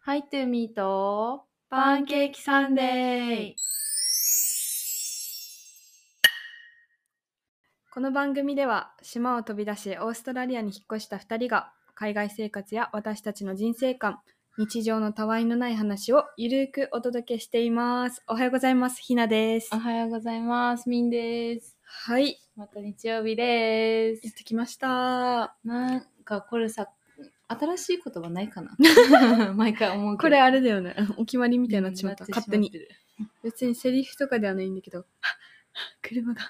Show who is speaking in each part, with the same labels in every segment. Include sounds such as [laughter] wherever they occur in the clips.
Speaker 1: ハイトゥーミーとパンケーキサンデーこの番組では島を飛び出しオーストラリアに引っ越した2人が海外生活や私たちの人生観日常のたわいのない話をゆるくお届けしていますおはようございますひなです
Speaker 2: おはようございます。みんです。
Speaker 1: はい
Speaker 2: また日曜日で
Speaker 1: やっ
Speaker 2: す。
Speaker 1: てきました
Speaker 2: なんかこれさ、新しい言葉ないかな [laughs] 毎回思うけど。
Speaker 1: これあれだよねお決まりみたいになっちまった
Speaker 2: うん
Speaker 1: 勝手に
Speaker 2: なってしま
Speaker 1: 別にセリフとかではないんだけど車が
Speaker 2: っ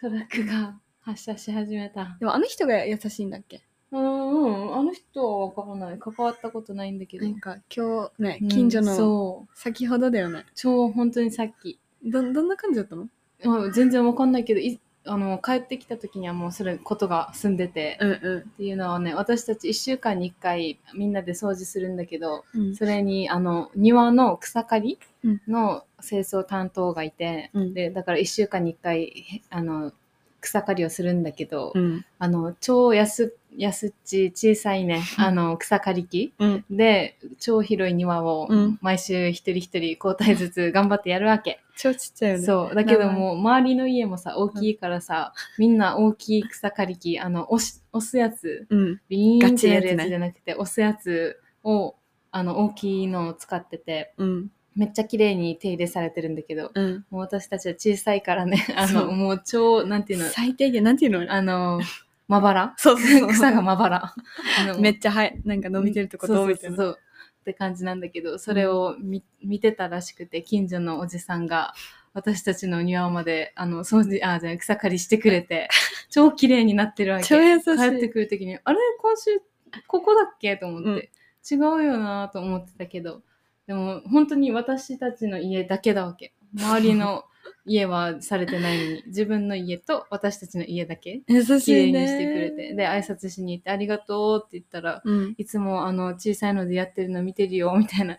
Speaker 2: てるトラックが発車し始めた。
Speaker 1: でもあの人が優しいんだっけ
Speaker 2: うんうん、あの人はわからない。関わったことないんだけど
Speaker 1: なん。か今日ね
Speaker 2: うん
Speaker 1: 近所の
Speaker 2: そ
Speaker 1: 先ほどだよね
Speaker 2: う。、超本当にさっき。
Speaker 1: どどんな感じだったの
Speaker 2: あ全然わかんないけど、いあの帰ってきた時にはもうそれことが済んでて。
Speaker 1: うんう
Speaker 2: っていうのをね、私たち1週間に1回みんなで掃除するんだけど、
Speaker 1: んうん
Speaker 2: それにあの庭の草刈り
Speaker 1: うん
Speaker 2: の清掃担当がいて、
Speaker 1: うん
Speaker 2: でだから1週間に1回へあの草刈りをするんだけど、
Speaker 1: うん
Speaker 2: あの超安安っち小さいねあの草刈り機
Speaker 1: うん
Speaker 2: で超広い庭を
Speaker 1: うん
Speaker 2: 毎週一人一人交代ずつ頑張ってやるわけ。
Speaker 1: 超ちっちゃいよね
Speaker 2: そう。だけども、周りの家もさ、大きいからさ、みんな大きい草刈り機、あの、押し押すやつ、
Speaker 1: うん
Speaker 2: ビーンってやる
Speaker 1: ガチやつ
Speaker 2: や
Speaker 1: ね
Speaker 2: つじゃなくて、押すやつを、あの、大きいのを使ってて、
Speaker 1: うん
Speaker 2: めっちゃ綺麗に手入れされてるんだけど、
Speaker 1: うん
Speaker 2: もう私たちは小さいから
Speaker 1: [laughs]
Speaker 2: ね、あ
Speaker 1: そう
Speaker 2: の、もう超、なんていうの、
Speaker 1: 最低限なんていうの
Speaker 2: あの、まばら
Speaker 1: そうそうそう
Speaker 2: 草がまば
Speaker 1: [laughs]
Speaker 2: ら。あの
Speaker 1: めっちゃはいなんか伸びてるとこどう
Speaker 2: そう
Speaker 1: み
Speaker 2: そ
Speaker 1: た
Speaker 2: う
Speaker 1: い
Speaker 2: そう
Speaker 1: な
Speaker 2: そうって感じなんだけどそれを見見てたらしくて近所のおじさんが私たちの庭まであの掃除あじゃあ草刈りしてくれ
Speaker 1: [laughs]
Speaker 2: て超綺麗になってるわけ
Speaker 1: 超優し
Speaker 2: 帰って
Speaker 1: い
Speaker 2: くる時にあれ今週ここだっけと思って、違うよなと思ってたけどでも本当に私たちの家だけだわけ周り
Speaker 1: [laughs]
Speaker 2: の家はされてないのに自分の家と私たちの家だけ
Speaker 1: 優し
Speaker 2: 綺麗
Speaker 1: いね
Speaker 2: にしてくれてで挨拶しに行って「ありがとう」って言ったら
Speaker 1: うん
Speaker 2: いつもあの小さいのでやってるの見てるよみ
Speaker 1: [laughs]
Speaker 2: たいな。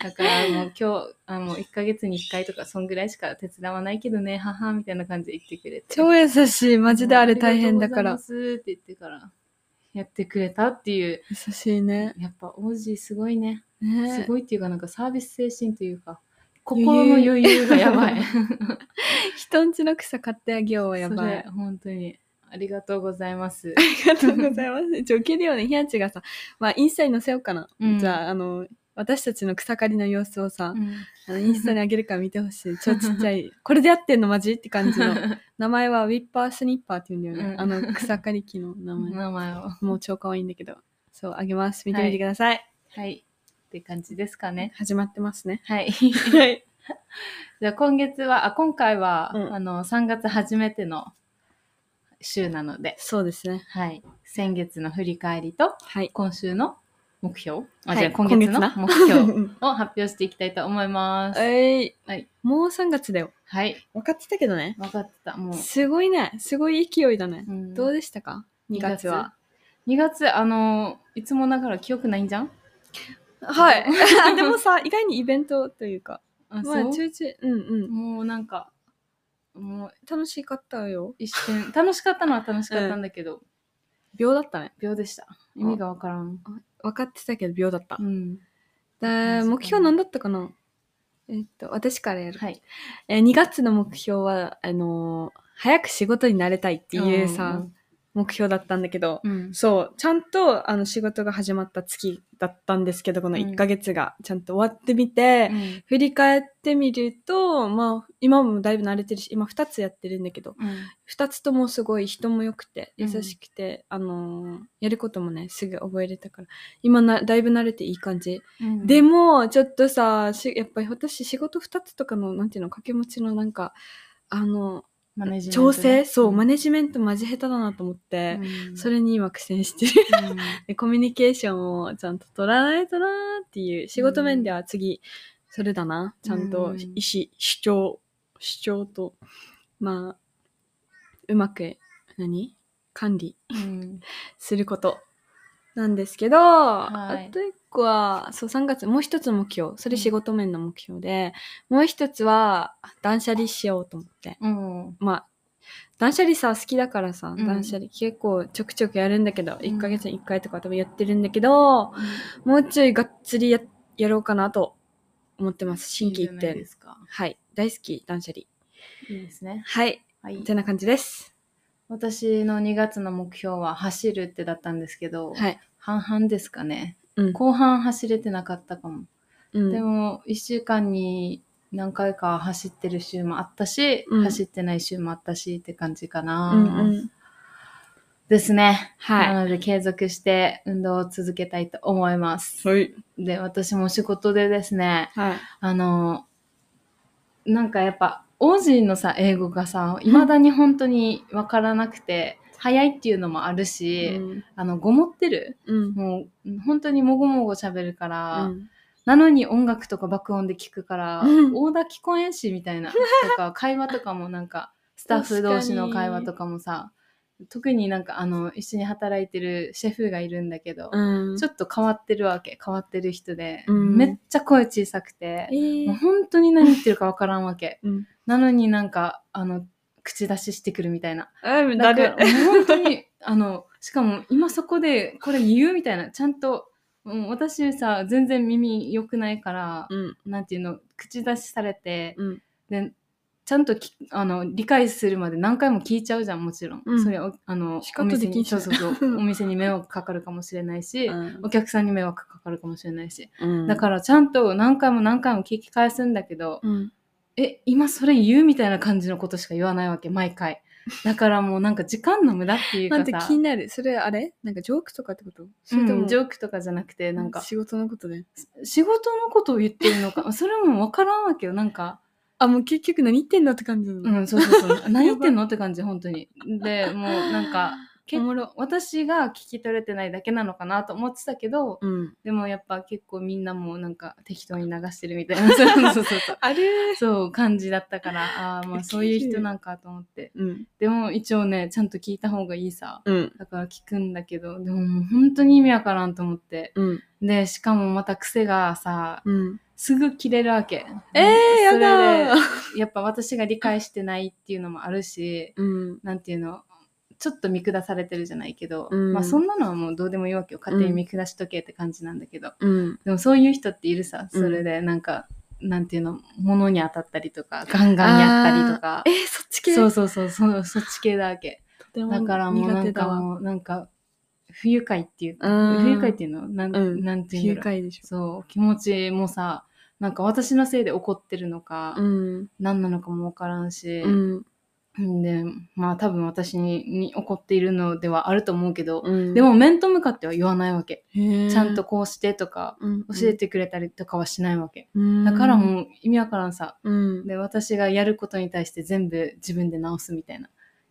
Speaker 2: だからもう今日あの1ヶ月に1回とかそんぐらいしか手伝わないけどね、母みたいな感じで言ってくれて。
Speaker 1: 超優しいマジであれ大変だから
Speaker 2: ありがとうございますって言ってからやってくれたっていう。
Speaker 1: 優しいね
Speaker 2: やっぱ王子すごいね。す
Speaker 1: ね
Speaker 2: ごいっていうかなんかサービス精神というか
Speaker 1: 余
Speaker 2: 心
Speaker 1: 裕
Speaker 2: の余裕がやば
Speaker 1: [laughs]
Speaker 2: い。
Speaker 1: 人んちの草買ってあげようはやばい
Speaker 2: それ本当にありがとうございます。
Speaker 1: ありがとうございます。ちょ、受けるよね。ひやちがさ、まあ、インスタに載せようかな。
Speaker 2: うん
Speaker 1: じゃあ、あの、私たちの草刈りの様子をさ、
Speaker 2: うん
Speaker 1: あのインスタにあげるから見てほしい。超ちっちゃ [laughs] い。これでやってんのマジって感 [laughs] じの。名前はウィッパースニッパーって言うんだよね。
Speaker 2: うん
Speaker 1: あの、草刈り機の名前。
Speaker 2: 名前を。
Speaker 1: もう超可愛いんだけど。そう、あげます。見てみてください。
Speaker 2: はい。って感じですかね。
Speaker 1: 始まってますね。
Speaker 2: はい。 [laughs]
Speaker 1: はい。
Speaker 2: じゃあ今月は、あ、今回は、
Speaker 1: うん
Speaker 2: あの、3月初めての週なので、
Speaker 1: そうですね。
Speaker 2: はい。先月の振り返りと、
Speaker 1: はい。
Speaker 2: 今週の目標、あ、
Speaker 1: はい
Speaker 2: じゃあ今月の
Speaker 1: 今月な
Speaker 2: 目
Speaker 1: [laughs]
Speaker 2: 標
Speaker 1: うん
Speaker 2: を発表していきたいと思います。
Speaker 1: えい、
Speaker 2: はい
Speaker 1: もう3月だよ。
Speaker 2: はい。
Speaker 1: 分かってたけどね。
Speaker 2: 分かった。もう。
Speaker 1: すごいね。すごい勢いだね。
Speaker 2: うん
Speaker 1: どうでしたか ?2 月は。。
Speaker 2: 2月、あの、いつもながら記憶ないんじゃん
Speaker 1: はい。 [laughs] でもさ、意外にイベントというか、
Speaker 2: あ、
Speaker 1: まあ、
Speaker 2: そう。
Speaker 1: 中々、うんうん。
Speaker 2: もうなんか、もう
Speaker 1: 楽しかったよ。
Speaker 2: 一瞬、楽しかったのは楽しかったんだけど、
Speaker 1: 秒だったね。
Speaker 2: 秒でした。意味がわからん。
Speaker 1: 分かってたけど、秒だった
Speaker 2: う。ん。
Speaker 1: で、目標何だったかなえっと、私からやる。
Speaker 2: はい。
Speaker 1: えー、2月の目標は、あのー早く仕事になれたいっていうさ、目標だったんだけど、
Speaker 2: うんうん、
Speaker 1: そう、ちゃんと、あの、仕事が始まった月だったんですけど、この1ヶ月が、ちゃんと終わってみて、
Speaker 2: うん
Speaker 1: 振り返ってみると、まあ、今もだいぶ慣れてるし、今2つやってるんだけど、二つともすごい人も良くて優しくて、あのーやることもねすぐ覚えれたから今なだいぶ慣れていい感じ、
Speaker 2: うん
Speaker 1: でもちょっとさしやっぱり私仕事二つとかのなんていうの掛け持ちのなんかあの
Speaker 2: マネジメントね
Speaker 1: 調整そう、マ
Speaker 2: ネ
Speaker 1: ネジメントマジ下手だなと思って、そ
Speaker 2: れ、
Speaker 1: れに今苦戦してる
Speaker 2: うん
Speaker 1: でコミュニケーションをちゃんと取らないとなーっていう仕事面では次、それだなちゃんと
Speaker 2: うん
Speaker 1: 意思主張主張とまあうまく何管理
Speaker 2: うん
Speaker 1: することなんですけど、
Speaker 2: はい
Speaker 1: あと一個はそう3月もう一つ目標それ仕事面の目標で、もう一つは断捨離しようと思って
Speaker 2: うん
Speaker 1: まあ断捨離さ、好きだからさ、
Speaker 2: うん
Speaker 1: 断捨離結構ちょくちょくやるんだけど、
Speaker 2: ん
Speaker 1: 1ヶ月に1回とか多分やってるんだけど、もうちょいがっつりややろうかなと思って [laughs] ます。心機一
Speaker 2: いいじゃない
Speaker 1: 転
Speaker 2: で。すか。
Speaker 1: はい。大好き、断捨離。
Speaker 2: いいですね。
Speaker 1: はい。
Speaker 2: はい
Speaker 1: て。な感じです。
Speaker 2: 私の2月の目標は走るってだったんですけど、
Speaker 1: はい。
Speaker 2: 半々ですかね。
Speaker 1: うん。
Speaker 2: 後半走れてなかったかも。
Speaker 1: うん
Speaker 2: でも、1週間に何回か走ってる週もあったし、
Speaker 1: うん
Speaker 2: 走ってない週もあったしって感じかな。
Speaker 1: うんうん。
Speaker 2: ですね。
Speaker 1: は
Speaker 2: なので、継続して運動を続けたいと思います
Speaker 1: い。。はい。
Speaker 2: で、私も仕事でですね、
Speaker 1: はい。
Speaker 2: あの、なんかやっぱ、オージーのさ、英語がさ、未だに本当にわからなくて、早いっていうのもあるし、
Speaker 1: うん。
Speaker 2: あの、ごもってる
Speaker 1: うん。
Speaker 2: もう、本当にもごもご喋るから、
Speaker 1: うん
Speaker 2: なのに音楽とか爆音で聞くから、
Speaker 1: うん
Speaker 2: オーダー聞こえんし、みたいな、と
Speaker 1: [laughs]
Speaker 2: か、会話とかもなんか、スタッフ同士の会話とかもさ、特になんかあの、一緒に働いてるシェフがいるんだけど、
Speaker 1: うん。
Speaker 2: ちょっと変わってるわけ、変わってる人で、
Speaker 1: うん
Speaker 2: めっちゃ声小さくて
Speaker 1: え、ー
Speaker 2: もう本当に何言ってるかわからんわけ。
Speaker 1: うん
Speaker 2: なのになんか、あの、口出ししてくるみたいな。
Speaker 1: うん
Speaker 2: だ
Speaker 1: だ
Speaker 2: から
Speaker 1: る
Speaker 2: も。う本当に、 [laughs] あの、しかも今そこでこれ言うみたいな、ちゃんと、うん、私さ、全然耳良くないから、
Speaker 1: うん。
Speaker 2: なんていうの、口出しされて、
Speaker 1: うん
Speaker 2: で、ちゃんときあの理解するまで何回も聞いちゃうじゃん、もちろん。
Speaker 1: うん
Speaker 2: それを、あの、
Speaker 1: 仕
Speaker 2: お
Speaker 1: 方
Speaker 2: 店
Speaker 1: できん
Speaker 2: に、
Speaker 1: し、
Speaker 2: そうそうそう
Speaker 1: [laughs]
Speaker 2: お店に迷惑かかるかもしれないし、
Speaker 1: うん
Speaker 2: お客さんに迷惑かかるかもしれないし。
Speaker 1: うん
Speaker 2: だからちゃんと何回も何回も聞き返すんだけど、
Speaker 1: うん。
Speaker 2: え、今それ言うみたいな感じのことしか言わないわけ、毎 [laughs] 回。だからもうなんか時間の無駄っていうか
Speaker 1: な
Speaker 2: さ。
Speaker 1: んて気になる。それあれなんかジョークとかってことそれと
Speaker 2: う
Speaker 1: も
Speaker 2: んジョ
Speaker 1: ー
Speaker 2: ークとかじゃなくて、
Speaker 1: ク
Speaker 2: なんか、
Speaker 1: 仕事のことで。
Speaker 2: 仕事のことを言ってるの [laughs] か、それもわからんわけよ、なんか。
Speaker 1: あ、もう結局何言ってんのって感じなの。
Speaker 2: うん、そう [laughs] そうそう。何言ってんのって感じ、本当に。で、もうなんか、結
Speaker 1: おも
Speaker 2: 構私が聞き取れてないだけなのかなと思ってたけど、
Speaker 1: うん。
Speaker 2: でもやっぱ結構みんなもうなんか適当に流してるみたいな、そう [laughs] そうそうそう。
Speaker 1: あれ
Speaker 2: そう、感じだったから、ああー、まあそういう人なんかと思って。
Speaker 1: うん。
Speaker 2: でも一応ね、ちゃんと聞いた方がいいさ。
Speaker 1: うん。
Speaker 2: だから聞くんだけど、でももう本当に意味わからんと思って。
Speaker 1: うん。
Speaker 2: で、しかもまた癖がさ、
Speaker 1: うん。
Speaker 2: すぐ切れるわけ。
Speaker 1: えー、やだ
Speaker 2: それで、やっぱ私が理解してないっていうのもあるし、
Speaker 1: うん。
Speaker 2: なんていうの、ちょっと見下されてるじゃないけど、
Speaker 1: うん
Speaker 2: まあそんなのはもうどうでもいいわけよ。勝手に見下しとけって感じなんだけど。
Speaker 1: うん。
Speaker 2: でもそういう人っているさ。
Speaker 1: うん
Speaker 2: それで、なんか、なんていうの、物に当たったりとか、ガンガンやったりとか
Speaker 1: え。ー、そっち系
Speaker 2: そうそうそう、そうそっち系だわけ。だからもうな
Speaker 1: 苦手
Speaker 2: ん
Speaker 1: だ
Speaker 2: か
Speaker 1: わ。
Speaker 2: もうなんか不愉快っていう、
Speaker 1: うん
Speaker 2: 不愉快っていうのなん,、
Speaker 1: うん
Speaker 2: なんて
Speaker 1: 不
Speaker 2: いうんだ
Speaker 1: 愉
Speaker 2: ろう
Speaker 1: 快でし
Speaker 2: そう気持ちもさなんか私のせいで怒ってるのか、
Speaker 1: ょ。うん。
Speaker 2: 何なのかもわからんし
Speaker 1: う、ん。
Speaker 2: ん、でまあ多分私にに怒っているのではあると思うけど、
Speaker 1: うん
Speaker 2: でも、面と向かっては言わないわけ、
Speaker 1: ち
Speaker 2: ちゃんと、こうしてとか
Speaker 1: うん
Speaker 2: 教え、てくれたりとかはしないわけ、
Speaker 1: うん
Speaker 2: だからもう意味わからんさ
Speaker 1: うん、
Speaker 2: で私がやることに対して全部自分で直すみたいな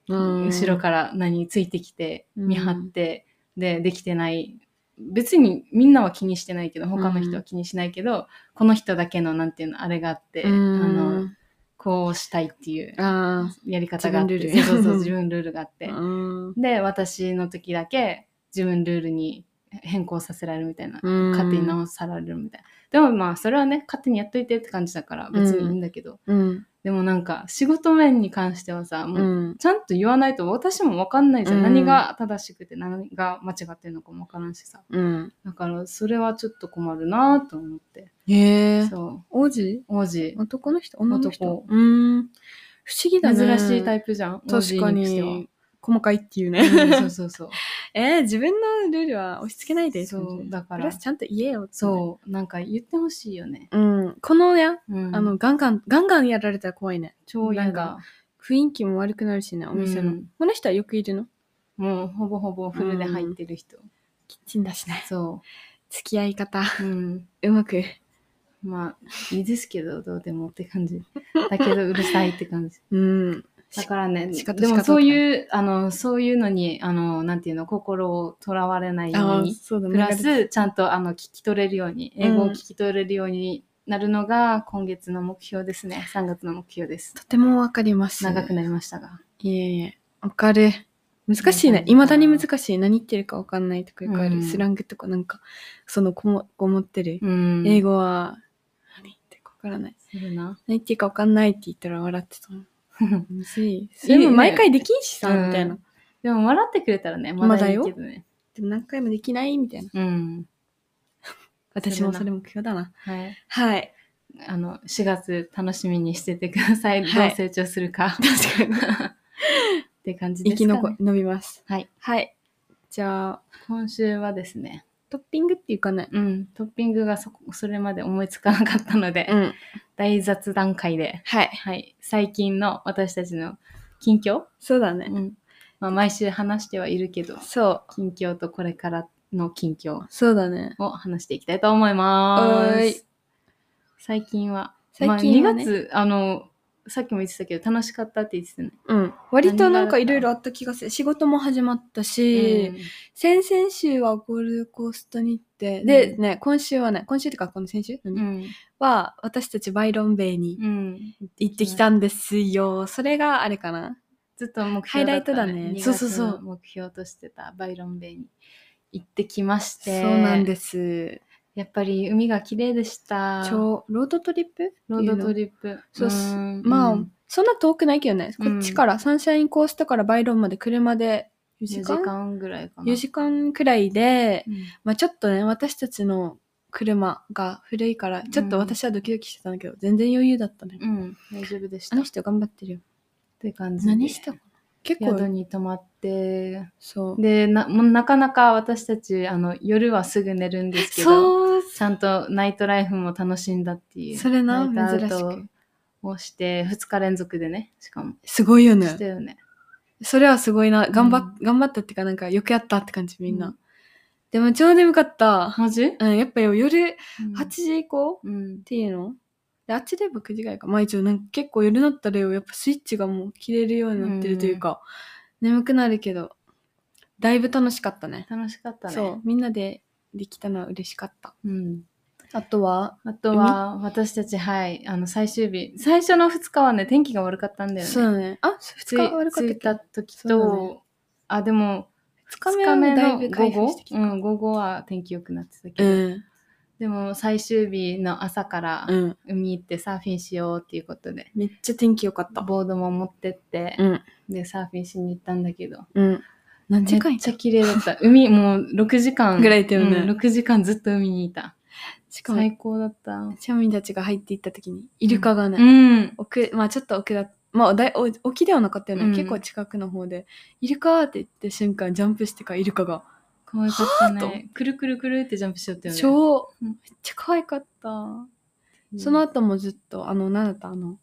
Speaker 1: うん
Speaker 2: 後ろから何ついてきて
Speaker 1: うん
Speaker 2: 見張って、でできてない別にみんなは気にしてないけど他の人は気にしないけど、この人だけのなんていうのあれがあって、
Speaker 1: うん
Speaker 2: あのこうしたいっていう
Speaker 1: あ
Speaker 2: やり方があって
Speaker 1: 自分ルール
Speaker 2: そうそう
Speaker 1: [laughs]
Speaker 2: そう自分ルールがあって
Speaker 1: ー、うん
Speaker 2: で私の時だけ自分ルールに変更させられるみたいな、
Speaker 1: うん
Speaker 2: 勝手に直さられるみたいなでもまあそれはね勝手にやっといてって感じだから別にいいんだけど、
Speaker 1: うん
Speaker 2: でもなんか仕事面に関してはさもう
Speaker 1: うん
Speaker 2: ちゃんと言わないと私も分かんないじゃん。
Speaker 1: うん
Speaker 2: 何が正しくて何が間違ってるのかも分からんしさ。
Speaker 1: うん
Speaker 2: だからそれはちょっと困るなぁと思って。
Speaker 1: へえ
Speaker 2: そ
Speaker 1: 王子
Speaker 2: う。王子。
Speaker 1: 男の人女の人
Speaker 2: 男
Speaker 1: うん不思議だ
Speaker 2: 珍
Speaker 1: ね
Speaker 2: しいタイプじゃん。
Speaker 1: 確か
Speaker 2: 王子にしては
Speaker 1: に細かいっていうね、
Speaker 2: うんそうそうそう。
Speaker 1: [laughs] えー、自分のルールは押し付けないで
Speaker 2: そう
Speaker 1: って感じ
Speaker 2: だから
Speaker 1: プラスちゃんと言えよ
Speaker 2: そう。なんか言ってほしいよね。
Speaker 1: う、うん、このや、
Speaker 2: うん
Speaker 1: あのガンガンガンガンやられたら怖いね
Speaker 2: 超嫌
Speaker 1: なん
Speaker 2: だ。
Speaker 1: 雰囲気も悪くなるしねお店の、
Speaker 2: うん
Speaker 1: この人はよくいるの
Speaker 2: もうほぼほぼフルで入ってる人。
Speaker 1: キッチンだしね
Speaker 2: そ
Speaker 1: 付き合い方
Speaker 2: う。うん。
Speaker 1: うまく
Speaker 2: まあ、いいですけど、どうでもって感じ。だけどうるさいって感じ。
Speaker 1: うん
Speaker 2: だからね、
Speaker 1: 仕方
Speaker 2: で
Speaker 1: 仕
Speaker 2: も
Speaker 1: 方
Speaker 2: そういう、あの、そういうのに、あの、なんていうの、心をとらわれないように、
Speaker 1: そうだ
Speaker 2: プラ
Speaker 1: 流れ
Speaker 2: ス、ちゃんと、あの、聞き取れるように、英語を聞き取れるようになるのが、今月の目標ですね。3月の目標です。
Speaker 1: とてもわかります。
Speaker 2: 長くなりましたが。
Speaker 1: いえいえ、わかる。難しいね。い
Speaker 2: わ
Speaker 1: ま
Speaker 2: か
Speaker 1: だ
Speaker 2: る
Speaker 1: に難しい。何言ってるかわかんないとかよくある。
Speaker 2: うん
Speaker 1: スラングとかなんか、そのこも、こもってる。
Speaker 2: うん。
Speaker 1: 英
Speaker 2: 語。
Speaker 1: 語は、何言ってるかわからない。
Speaker 2: するな。 [laughs]
Speaker 1: 何言ってるかわかんないって言ったら笑ってたもん。むずい。それも毎回できんしさ、
Speaker 2: うん
Speaker 1: みたいな。
Speaker 2: でも笑ってくれたらね、
Speaker 1: まだよ
Speaker 2: いいけどね。
Speaker 1: でも何回もできないみたいな。
Speaker 2: うん。
Speaker 1: 私もそれ目標だな。
Speaker 2: はい。
Speaker 1: はい。
Speaker 2: あの、4月楽しみにしててください。
Speaker 1: はい
Speaker 2: どう成長するか。
Speaker 1: 確かに。
Speaker 2: って感じで
Speaker 1: 生
Speaker 2: す
Speaker 1: き
Speaker 2: か、ね。
Speaker 1: 残り、飲みます。
Speaker 2: はい。
Speaker 1: はい。じゃあ、
Speaker 2: 今週はですね、
Speaker 1: トッピングっていうかね。
Speaker 2: うん、トッピングがそこ、それまで思いつかなかったので、
Speaker 1: うん。
Speaker 2: 大雑談会で、
Speaker 1: はい。
Speaker 2: はい、最近の私たちの近況、
Speaker 1: そうだね。
Speaker 2: うんまあ、毎週話してはいるけど、
Speaker 1: そう。
Speaker 2: 近況とこれからの近況
Speaker 1: そうだね。
Speaker 2: を話していきたいと思いま
Speaker 1: はーい
Speaker 2: す。最近は、
Speaker 1: 最近
Speaker 2: ま
Speaker 1: は
Speaker 2: あ、
Speaker 1: ね
Speaker 2: 2月、あの、さっきも言ってたけど、楽しかったって言ってたね。
Speaker 1: うん。割となんかいろいろあった気がする。仕事も始まったし、先々週はゴールドコーストに行って、で
Speaker 2: う
Speaker 1: ね、今週はね、今週ってかこの先週、
Speaker 2: うん。うん。
Speaker 1: は、私たちバイロンベイに
Speaker 2: うん
Speaker 1: 行ってきたんですよ。それがあれかな
Speaker 2: ずっと目標
Speaker 1: ハイライトだね
Speaker 2: そ
Speaker 1: そうう
Speaker 2: そ
Speaker 1: そうう
Speaker 2: そ
Speaker 1: そう
Speaker 2: う。目標としてたバイロンベイに行ってきまして。
Speaker 1: そうなんです。
Speaker 2: やっぱり海が綺麗でした。
Speaker 1: 超、ロードトリップ
Speaker 2: ロードト
Speaker 1: ップ。
Speaker 2: リップ。
Speaker 1: そうっす
Speaker 2: ん
Speaker 1: まあ、
Speaker 2: うん
Speaker 1: そんな遠くないけどね。こっちから、サンシャインコーストからバイロンまで車で4
Speaker 2: 4時
Speaker 1: 時間
Speaker 2: 間ぐらいかな。
Speaker 1: 4時間くらいで、
Speaker 2: うん
Speaker 1: まあ、ちょっとね、私たちの車が古いから、ちょっと私はドキドキしてたんだけど、全然余裕だったね。
Speaker 2: うん。大丈夫でし
Speaker 1: あ
Speaker 2: た。
Speaker 1: の
Speaker 2: っ
Speaker 1: 人頑張ってるよ。
Speaker 2: て感じで。
Speaker 1: 何したかな結
Speaker 2: 宿
Speaker 1: 構、
Speaker 2: に泊まって。
Speaker 1: そう。
Speaker 2: で、な、もうなかなか私たち、あの、夜はすぐ寝るんですけど、
Speaker 1: そう、
Speaker 2: ちゃんとナイトライフも楽しんだっていう。
Speaker 1: それな、
Speaker 2: ナイ
Speaker 1: 珍
Speaker 2: トアウ
Speaker 1: しく
Speaker 2: ト。をして、2日連続でね、しかも。
Speaker 1: すごいよ
Speaker 2: し
Speaker 1: ね
Speaker 2: た。よね。
Speaker 1: それはすごいな。頑張っ、
Speaker 2: う
Speaker 1: 頑張ったっていうか、なんかよくやったって感じ、みんな。
Speaker 2: うん
Speaker 1: でも、ちょうどよかった。
Speaker 2: マジ
Speaker 1: うん、やっぱよ夜8
Speaker 2: ?8
Speaker 1: 時以降
Speaker 2: うん
Speaker 1: っ。ていうので、あっちで言えば9時ぐらいか。まあ一応、なんか結構夜になったらよ、やっぱスイッチがもう切れるようになってるというか、眠くなるけど、だいぶ楽しかったね。
Speaker 2: 楽しかったね。
Speaker 1: そう、みんなでできたのは嬉しかった。
Speaker 2: うん。
Speaker 1: あとは、
Speaker 2: あとは、私たち、はい、あの、最終日。最初の2日はね、天気が悪かったんだよね。
Speaker 1: そうだね。あ、
Speaker 2: つ
Speaker 1: 2
Speaker 2: い
Speaker 1: 日悪かった
Speaker 2: 着
Speaker 1: っ
Speaker 2: いた時
Speaker 1: そうだ
Speaker 2: と、あ、でも、
Speaker 1: 2日目はだいぶ
Speaker 2: 二
Speaker 1: 回
Speaker 2: 日目の
Speaker 1: 復
Speaker 2: 午
Speaker 1: して
Speaker 2: 後
Speaker 1: きた。
Speaker 2: うん、午後は天気良くなってたけ
Speaker 1: う
Speaker 2: ど、
Speaker 1: ん。
Speaker 2: でも、最終日の朝から
Speaker 1: う、ん。
Speaker 2: 海行ってサーフィンしようっていうことで、
Speaker 1: めっちゃ天気良かった。
Speaker 2: ボードも持ってって、
Speaker 1: うん。
Speaker 2: で、サーフィンしに行ったんだけど、
Speaker 1: うん。何
Speaker 2: め
Speaker 1: 時
Speaker 2: っ
Speaker 1: 間い
Speaker 2: ちゃ綺麗だった。海、もう6時間。
Speaker 1: ぐらいいたよね
Speaker 2: うん6時間ずっと海にいた。
Speaker 1: しかも、
Speaker 2: 最高だった。
Speaker 1: チャミたちが入っていった時に、イルカがね、
Speaker 2: うん。
Speaker 1: 奥、まあちょっと奥だ、まあだいお沖ではなかったよね、
Speaker 2: うん
Speaker 1: 結構近くの方で、イルカーって言って瞬間ジャンプしてからイルカが、
Speaker 2: 可愛かった
Speaker 1: は
Speaker 2: ね。くるくるくるってジャンプしちゃったよね。
Speaker 1: 超、
Speaker 2: うん
Speaker 1: めっちゃ可愛かった。
Speaker 2: うん
Speaker 1: その後もずっと、あの、なんだった、あの、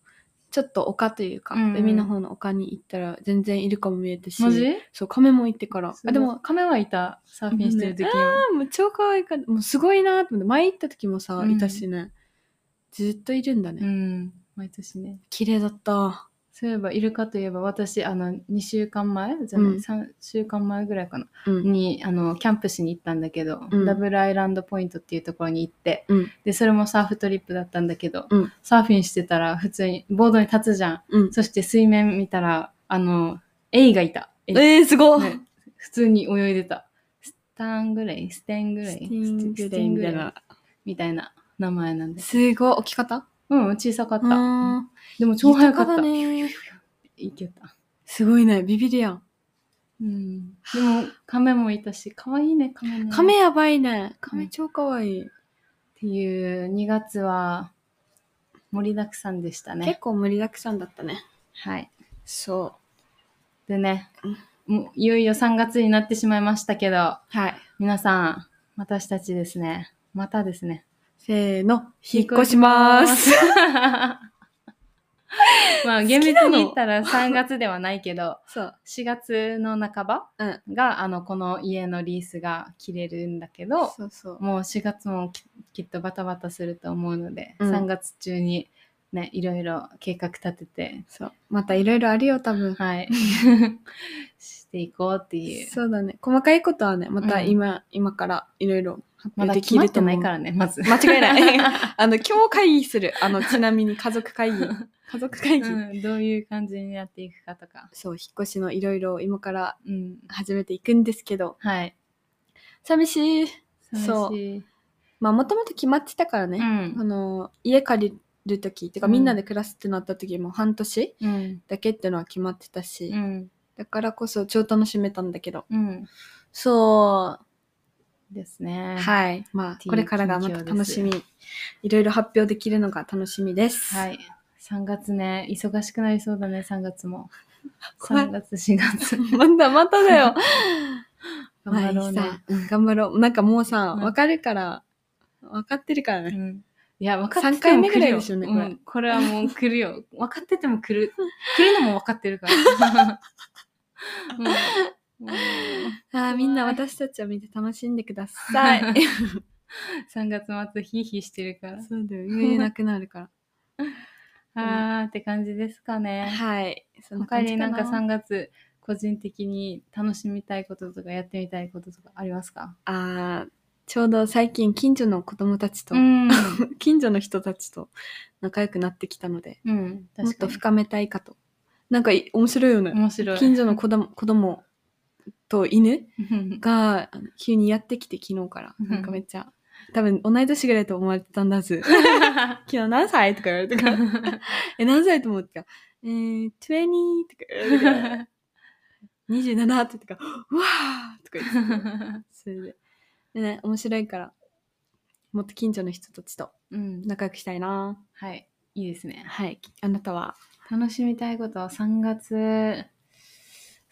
Speaker 1: ちょっと丘というか、
Speaker 2: うんうん
Speaker 1: 海の方の丘に行ったら全然イルカも見えたし、
Speaker 2: マジ
Speaker 1: そう、亀も行ってから、あ、
Speaker 2: で
Speaker 1: で
Speaker 2: も
Speaker 1: も、
Speaker 2: 亀はいたサーフィンしてる時に
Speaker 1: もう超可愛かった。もうすごいなと思って、前行った時もさ、
Speaker 2: うん
Speaker 1: いたしね、ずっといるんだね。
Speaker 2: うん毎年ね
Speaker 1: 綺麗だった。
Speaker 2: そういえばイルカといえば私あの2週間前じゃない、
Speaker 1: うん
Speaker 2: 3週間前ぐらいかな
Speaker 1: うん。
Speaker 2: にあのキャンプしに行ったんだけど、
Speaker 1: うん
Speaker 2: ダブルアイランドポイントっていうところに行って、
Speaker 1: うん
Speaker 2: でそれもサーフトリップだったんだけど、
Speaker 1: うん
Speaker 2: サーフィンしてたら普通にボードに立つじゃん
Speaker 1: うん。
Speaker 2: そして水面見たらあのエイがいたエイ
Speaker 1: えー、すごい、
Speaker 2: ね普通に泳いでたスタングレイステングレイ
Speaker 1: スティング
Speaker 2: ステ
Speaker 1: レイ
Speaker 2: ン
Speaker 1: み
Speaker 2: グ
Speaker 1: た
Speaker 2: レ
Speaker 1: い
Speaker 2: イ
Speaker 1: な。
Speaker 2: みたいな名前なんです
Speaker 1: すごい。置き方
Speaker 2: うん、小さかった。
Speaker 1: あー
Speaker 2: でも超早かった。
Speaker 1: 豊だね。
Speaker 2: いけた。
Speaker 1: すごいね。ビビるやん。
Speaker 2: うん。でも、亀もいたし、可愛いね、亀ね。
Speaker 1: 亀
Speaker 2: っ
Speaker 1: やばいね。
Speaker 2: う
Speaker 1: 亀
Speaker 2: ん
Speaker 1: 超かわいい。
Speaker 2: ていう、2月は、盛りだくさんでしたね
Speaker 1: 結。構盛りだくさんだったね。
Speaker 2: はい。
Speaker 1: そ
Speaker 2: でね、もういよいよ3月になってしまいましたけど、
Speaker 1: う。はい。
Speaker 2: 皆さん、私たちですね、またですね、
Speaker 1: せーの。引っ越します。。
Speaker 2: [laughs] まあ、厳密に言ったら3月ではないけど、
Speaker 1: そう。
Speaker 2: 4月の半ばが、あのこの家のリースが切れるんだけど
Speaker 1: そうそう。
Speaker 2: もう4月もききっとバタバタすると思うので、
Speaker 1: うん
Speaker 2: 3月中にねいろいろ計画立てて
Speaker 1: そう。またいろいろあるよ、多分。 [laughs]
Speaker 2: はいしていこうっていう
Speaker 1: そうだね。細かいことはね、ま
Speaker 2: う
Speaker 1: た
Speaker 2: ん
Speaker 1: 今、今からいろいろ発
Speaker 2: ま
Speaker 1: 表
Speaker 2: だ
Speaker 1: で
Speaker 2: 決
Speaker 1: き
Speaker 2: まっ
Speaker 1: る
Speaker 2: て
Speaker 1: と思
Speaker 2: な
Speaker 1: う。
Speaker 2: いからねまず
Speaker 1: 間違
Speaker 2: [laughs]
Speaker 1: いない。 [laughs] あの、今日会議する。あ [laughs] の、ちなみに家族会議。家族会議。
Speaker 2: うんどういう感じになっていくかとか
Speaker 1: そう、引っ越しのいろいろ今から
Speaker 2: うん
Speaker 1: 始めていくんですけど、
Speaker 2: はい
Speaker 1: 寂し
Speaker 2: 寂
Speaker 1: い。
Speaker 2: しい
Speaker 1: そうまあ、もともと決まってたから
Speaker 2: う
Speaker 1: ね。
Speaker 2: ん
Speaker 1: あの、家借りる時てか
Speaker 2: うん
Speaker 1: みんなで暮らすってなった時も半年
Speaker 2: うん。
Speaker 1: だけってのは決まってたし、
Speaker 2: うん。
Speaker 1: だからこそ超楽しめたんだけど
Speaker 2: うん。
Speaker 1: そ
Speaker 2: です
Speaker 1: う
Speaker 2: ね。
Speaker 1: はいまあ
Speaker 2: ていう
Speaker 1: これからがまた楽しみいろいろ発表できるのが楽しみです、
Speaker 2: はい。3月ね、忙しくなりそうだね、3月 [laughs] も。
Speaker 1: 怖い
Speaker 2: 3月、4月。
Speaker 1: [laughs]
Speaker 2: [laughs]
Speaker 1: またまただよ
Speaker 2: 頑張ろう
Speaker 1: まあいい
Speaker 2: ね
Speaker 1: さ。うん頑張ろうなんかもうさ
Speaker 2: うん
Speaker 1: 分かるから分かってるから
Speaker 2: う
Speaker 1: ね、
Speaker 2: んいや、分かって
Speaker 1: 3
Speaker 2: て
Speaker 1: 回
Speaker 2: も
Speaker 1: 目
Speaker 2: 来
Speaker 1: ぐら
Speaker 2: る
Speaker 1: い
Speaker 2: よ。
Speaker 1: でしょうね
Speaker 2: う
Speaker 1: これ
Speaker 2: んこれはもう来る [laughs] よ。分かってても来る。来るのも分かってるから。 [laughs] うんうん
Speaker 1: ああみんな私たちを見て楽しんでください
Speaker 2: 3月末ヒーヒーしてるから。
Speaker 1: そうだよ言えなくなるか
Speaker 2: あーって感じですか [laughs] ね
Speaker 1: ら。はいそんな
Speaker 2: 他
Speaker 1: 感じ
Speaker 2: になんか3月個人的に楽しみたいこととかやってみたいこととかありますか
Speaker 1: あーちょうど最近近所の子供たちと、
Speaker 2: ん。
Speaker 1: 近所の人たちと仲良くなってきたので
Speaker 2: [laughs] うん。
Speaker 1: もっ
Speaker 2: 確か
Speaker 1: と
Speaker 2: に。
Speaker 1: 深めたいかとなんかい面白いよね
Speaker 2: 面白い。
Speaker 1: 近所の子供子供と犬
Speaker 2: うん
Speaker 1: があの急にやってきて昨日から
Speaker 2: うん
Speaker 1: なんかめっちゃ多分同い年ぐらいと思われてたん
Speaker 2: [laughs]
Speaker 1: だず昨日何歳とか言われてからえ何歳と思ってたえー、20とか言われてから27って言ってからうわーとか言って
Speaker 2: [laughs]
Speaker 1: たそれで。でね、面白いから、もっと近所の人たちと
Speaker 2: [laughs] うん。
Speaker 1: 仲良くしたいな。
Speaker 2: はい。いいですね。
Speaker 1: はい。あなたは
Speaker 2: 楽しみたいことは3月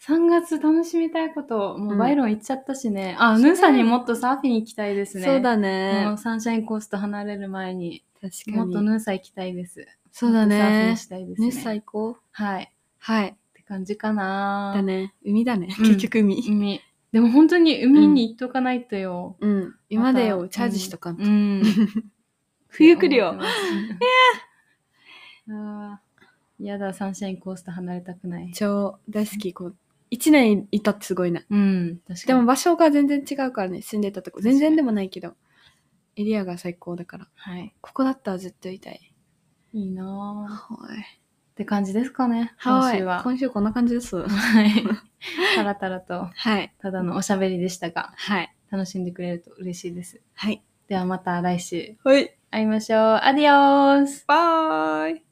Speaker 2: 3月楽しみたいこともうバイロン行っちゃったしね、あ
Speaker 1: そうだよ
Speaker 2: ヌーさんにもっとサーフィン行きたいですね
Speaker 1: そうだ
Speaker 2: も
Speaker 1: ね
Speaker 2: う。サンシャインコースと離れる前に
Speaker 1: 確
Speaker 2: も
Speaker 1: か
Speaker 2: っと
Speaker 1: に。
Speaker 2: ヌーサ行きたいです
Speaker 1: そうだ
Speaker 2: もっとサーフィン
Speaker 1: ね。
Speaker 2: したいですね
Speaker 1: ね、最高。
Speaker 2: はいっ
Speaker 1: はい。
Speaker 2: て感じかな
Speaker 1: だね。海だね。
Speaker 2: うん
Speaker 1: 結局海。
Speaker 2: 海でも本当に海に行っとかないとよ、
Speaker 1: うん。今だよ、
Speaker 2: また
Speaker 1: チャージしとかん
Speaker 2: う
Speaker 1: と。
Speaker 2: ん
Speaker 1: [laughs] 冬来る
Speaker 2: [laughs]
Speaker 1: よ
Speaker 2: って思ってますあーやだサンシャインコースと離れたくない
Speaker 1: 超大好き。こう、一年いたってすごいね。
Speaker 2: うん確か
Speaker 1: で
Speaker 2: に
Speaker 1: も場所が全然違うからね、住んでたとこ。全然でもないけど。エリアが最高だから。
Speaker 2: はい
Speaker 1: ここだったらずっといたい。
Speaker 2: いいなぁ
Speaker 1: はい。
Speaker 2: って感じですかね、今
Speaker 1: 今
Speaker 2: 週
Speaker 1: 週
Speaker 2: は
Speaker 1: は。。今週こんな感じです。
Speaker 2: はい。たらたらと、
Speaker 1: はい。
Speaker 2: ただのおしゃべりでしたが、
Speaker 1: はい。
Speaker 2: 楽しんでくれると嬉しいです。
Speaker 1: はい。
Speaker 2: ではまた来週
Speaker 1: はい。
Speaker 2: 会いましょう。アディオース
Speaker 1: バイ